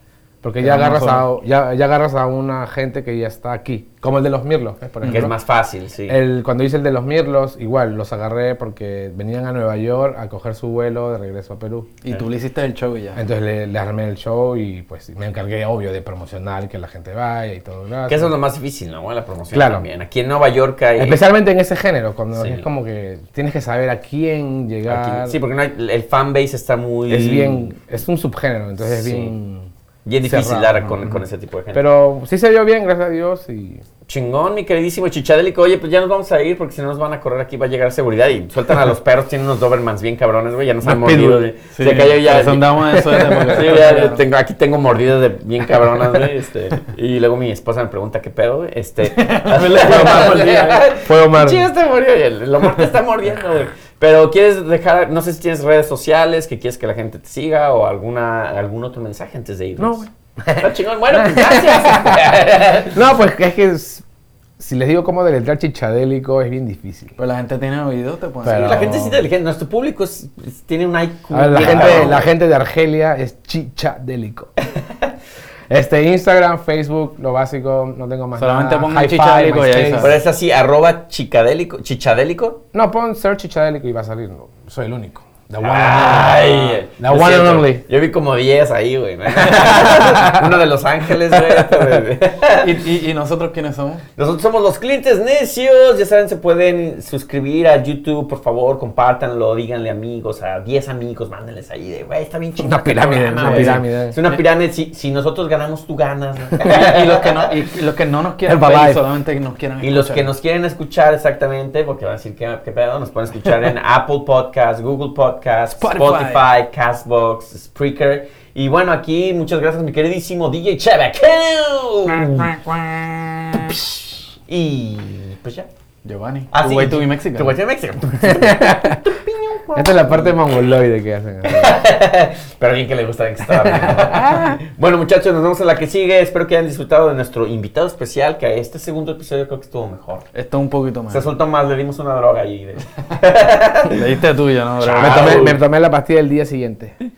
Speaker 2: Porque ya
Speaker 4: Era más
Speaker 2: agarras, a, ya, ya agarras a una gente que ya está aquí. Como el de los Mirlos, ¿ves? por
Speaker 3: Que
Speaker 2: ejemplo.
Speaker 3: es más fácil, sí.
Speaker 2: El, cuando hice el de los Mirlos, igual, los agarré porque venían a Nueva York a coger su vuelo de regreso a Perú.
Speaker 4: Y tú le hiciste el show y ya.
Speaker 2: Entonces le, le armé el show y pues me encargué, obvio, de promocionar que la gente vaya y todo.
Speaker 3: que eso es lo más difícil, ¿no? La promoción
Speaker 2: Claro.
Speaker 3: también. Aquí en Nueva York hay...
Speaker 2: Especialmente en ese género, cuando
Speaker 3: Sí.
Speaker 2: es como que tienes que saber a quién llegar.
Speaker 3: aquí- sí, porque no hay- el fan base está muy...
Speaker 2: Es bien, es un subgénero, entonces
Speaker 3: Sí.
Speaker 2: es bien.
Speaker 3: bien difícil
Speaker 2: cerrado,
Speaker 3: dar
Speaker 2: ¿no?
Speaker 3: con, con ese tipo de gente.
Speaker 2: Pero sí se dio bien, gracias a Dios. Y
Speaker 3: Chingón, mi queridísimo Chichadélico. Oye, pues ya nos vamos a ir porque si no nos van a correr aquí va a llegar seguridad y sueltan a los perros. Tienen unos Dobermans bien cabrones, güey. Ya nos han mordido. güey.
Speaker 4: Sí,
Speaker 3: Se cayó ya...
Speaker 4: por eso andamos de suerte, porque
Speaker 3: Sí,
Speaker 4: se
Speaker 3: ya
Speaker 4: cayó.
Speaker 3: tengo- aquí tengo mordidas de bien cabronas, güey. este, y luego mi esposa me pregunta qué pedo, güey. Este,
Speaker 2: Omar mordida, ¿eh? Fue Omar.
Speaker 3: Chido, este murió y el, el Omar te está mordiendo, güey. Pero quieres dejar, no sé si tienes redes sociales, que quieres que la gente te siga o alguna, algún otro mensaje antes de irnos.
Speaker 2: No, güey.
Speaker 3: Ah, chingón, bueno, pues gracias.
Speaker 2: No, pues es que es- si les digo cómo deletrear chichadélico es bien difícil.
Speaker 4: Pero la gente tiene oído, te pueden
Speaker 2: Pero-
Speaker 3: La gente es inteligente, nuestro público es- es- tiene un IQ.
Speaker 2: A ver, la,
Speaker 3: bien
Speaker 2: gente,
Speaker 3: cabrón,
Speaker 2: la
Speaker 3: güey.
Speaker 2: gente de Argelia es chichadélico. Este, Instagram, Facebook, lo básico, no tengo más
Speaker 4: Solamente
Speaker 2: nada.
Speaker 4: pongan
Speaker 2: Hi-Fi,
Speaker 4: chichadélico y ahí
Speaker 2: MySpace.
Speaker 4: sale.
Speaker 3: Pero es así, arroba chicadélico, chichadélico.
Speaker 2: No, pon search chichadélico y va a salir. no, soy el único. The one and only.
Speaker 3: Ay,
Speaker 2: The
Speaker 3: lo
Speaker 2: one and
Speaker 3: siento.
Speaker 2: only.
Speaker 3: Yo vi como 10 ahí, güey. ¿no? Uno de Los Ángeles, güey. otro de-
Speaker 4: ¿Y, y, y nosotros quiénes somos?
Speaker 3: Nosotros somos los clientes necios. Ya saben, se pueden suscribir a YouTube, por favor, compártanlo, díganle amigos, a 10 amigos, mándenles ahí de, güey, está bien chido.
Speaker 2: Una pirámide, una pirámide.
Speaker 3: Es una pirámide. Si, si nosotros ganamos, tú ganas. ¿no?
Speaker 4: Y, y los, que no, y, y los que no nos quieran
Speaker 2: Herbalife.
Speaker 4: ver y solamente nos quieran
Speaker 3: Y los
Speaker 4: escuchar.
Speaker 3: que nos quieren escuchar exactamente, porque van a decir que, pedo, nos pueden escuchar en Apple Podcast, Google Podcast, Spotify.
Speaker 4: Spotify.
Speaker 3: Castbox, Spreaker. Y bueno, aquí muchas gracias mi queridísimo DJ Chabacano. Y pues ya.
Speaker 4: Giovanni.
Speaker 3: Ah,
Speaker 4: tu
Speaker 3: sí,
Speaker 4: way to be Mexican.
Speaker 3: Tu way to be Mexican.
Speaker 2: Esta es la parte mongoloide que hacen.
Speaker 3: Pero bien que le gusta que está hablando. Bueno, muchachos, nos vemos en la que sigue. Espero que hayan disfrutado de nuestro invitado especial, que este segundo episodio creo que estuvo mejor.
Speaker 4: Esto es un poquito más.
Speaker 3: Se soltó más, le dimos una droga ahí. de-
Speaker 4: Leíste tuyo, ¿no? bro?
Speaker 3: Chao.
Speaker 2: Me tomé, me tomé la pastilla el día siguiente.